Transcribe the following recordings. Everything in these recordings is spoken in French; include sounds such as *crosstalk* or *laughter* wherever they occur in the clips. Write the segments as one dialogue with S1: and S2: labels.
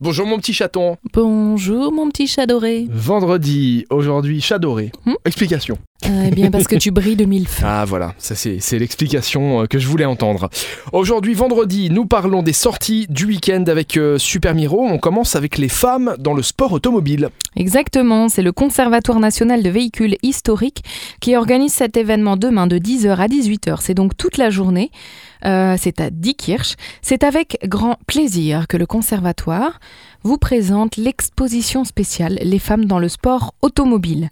S1: Bonjour mon petit chaton.
S2: Bonjour mon petit chat doré.
S1: Vendredi, aujourd'hui, chat doré.
S2: Hmm
S1: Explication.
S2: Euh, *laughs* eh bien parce que tu brilles de mille feux.
S1: Ah voilà, ça c'est c'est l'explication euh, que je voulais entendre. Aujourd'hui, vendredi, nous parlons des sorties du week-end avec euh, Super Miro. On commence avec les femmes dans le sport automobile.
S2: Exactement, c'est le Conservatoire national de véhicules historiques qui organise cet événement demain de 10h à 18h. C'est donc toute la journée. Euh, c'est à Diekirch. C'est avec grand plaisir que le Conservatoire vous présente l'exposition spéciale Les femmes dans le sport automobile.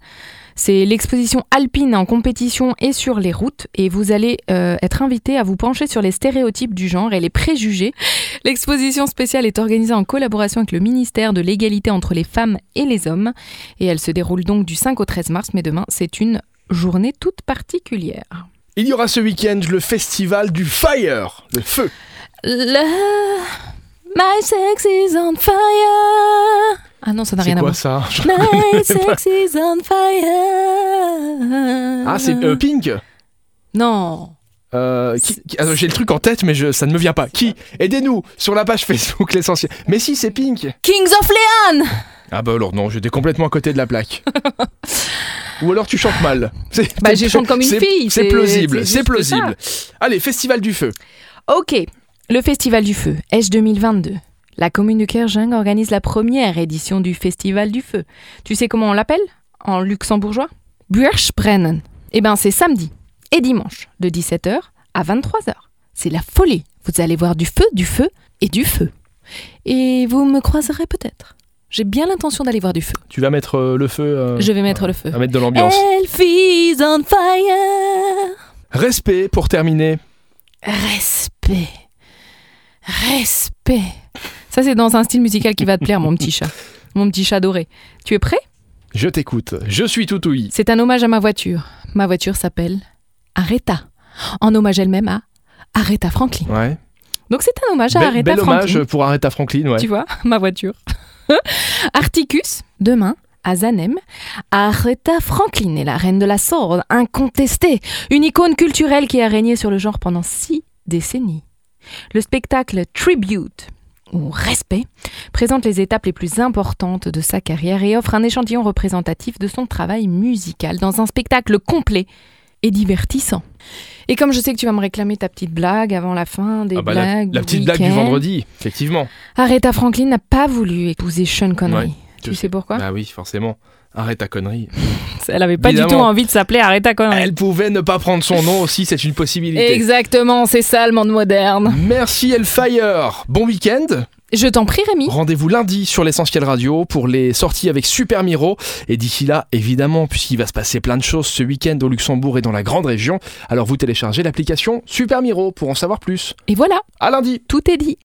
S2: C'est l'exposition alpine en compétition et sur les routes et vous allez euh, être invité à vous pencher sur les stéréotypes du genre et les préjugés L'exposition spéciale est organisée en collaboration avec le ministère de l'égalité entre les femmes et les hommes et elle se déroule donc du 5 au 13 mars, mais demain c'est une journée toute particulière.
S1: Il y aura ce week-end le festival du Fire, le feu.
S2: Love, my sex is on fire. Ah non, ça n'a
S1: C'est
S2: rien à
S1: quoi
S2: voir.
S1: ça *laughs*
S2: My sex is on fire.
S1: Ah c'est euh, Pink
S2: Non.
S1: Euh, qui- qui- attends, J'ai le truc en tête mais je- ça ne me vient pas. Qui Aidez-nous sur la page *laughs* Facebook l'essentiel. Mais si c'est Pink
S2: Kings of Leon.
S1: Ah bah alors non, j'étais complètement à côté de la
S2: *laughs*
S1: plaque. Ou alors tu chantes mal. C'est-
S2: Bah, je chante comme une
S1: c'est-
S2: fille,
S1: C'est
S2: c'est-
S1: plausible,
S2: c'est
S1: c'est
S2: juste
S1: plausible. Allez, Festival du Feu.
S2: Ok, le Festival du Feu, Esch 2022. La commune de Kerjeng organise la première édition du Festival du Feu. Tu sais comment on l'appelle En luxembourgeois Buersprennen. Eh ben c'est samedi et dimanche, de 17h à 23h. C'est la folie. Vous allez voir du feu, du feu et du feu. Et vous me croiserez peut-être. J'ai bien l'intention d'aller voir du feu.
S1: Tu vas mettre euh, le feu euh,
S2: Je Oh. vais mettre le feu.
S1: à mettre de l'ambiance.
S2: Elf is on fire
S1: Respect pour terminer.
S2: Respect. Respect. Ça, c'est dans un style musical qui va te plaire, mon petit chat. Mon petit chat doré. Tu es prêt
S1: Je t'écoute. Je suis Toutouille.
S2: C'est un hommage à ma voiture. Ma voiture s'appelle Aretha. En hommage elle-même à Aretha Franklin.
S1: Ouais.
S2: Donc, c'est un hommage à
S1: Bel,
S2: Aretha
S1: bel
S2: Franklin.
S1: hommage pour Aretha Franklin. Ouais.
S2: Tu vois, *laughs* ma voiture. Articus, demain, à Zanem, Aretha Franklin est la reine de la soul, incontestée, une icône culturelle qui a régné sur le genre pendant six décennies. Le spectacle Tribute, ou Respect, présente les étapes les plus importantes de sa carrière et offre un échantillon représentatif de son travail musical dans un spectacle complet et divertissant. Et comme je sais que tu vas me réclamer ta petite blague avant la fin des
S1: Ah bah, la,
S2: blagues,
S1: la
S2: du
S1: petite blague du
S2: week-end,
S1: vendredi, effectivement.
S2: Aretha Franklin n'a pas voulu épouser Sean Connery.
S1: Ouais,
S2: tu
S1: je *laughs*
S2: sais pourquoi
S1: Bah oui, forcément. Arrête ta connerie.
S2: Ah Elle avait pas du tout
S1: Évidemment.
S2: envie de s'appeler Aretha Connery.
S1: Elle pouvait ne pas prendre son nom aussi, c'est une possibilité.
S2: Exactement, c'est ça le monde moderne.
S1: Merci Hellfire. Bon week-end.
S2: Je t'en prie Rémi.
S1: Rendez-vous lundi sur l'essentiel radio pour les sorties avec Super Miro. Et d'ici là, évidemment, puisqu'il va se passer plein de choses ce week-end au Luxembourg et dans la grande région, alors vous téléchargez l'application Super Miro pour en savoir plus.
S2: Et voilà,
S1: À lundi!
S2: tout est dit.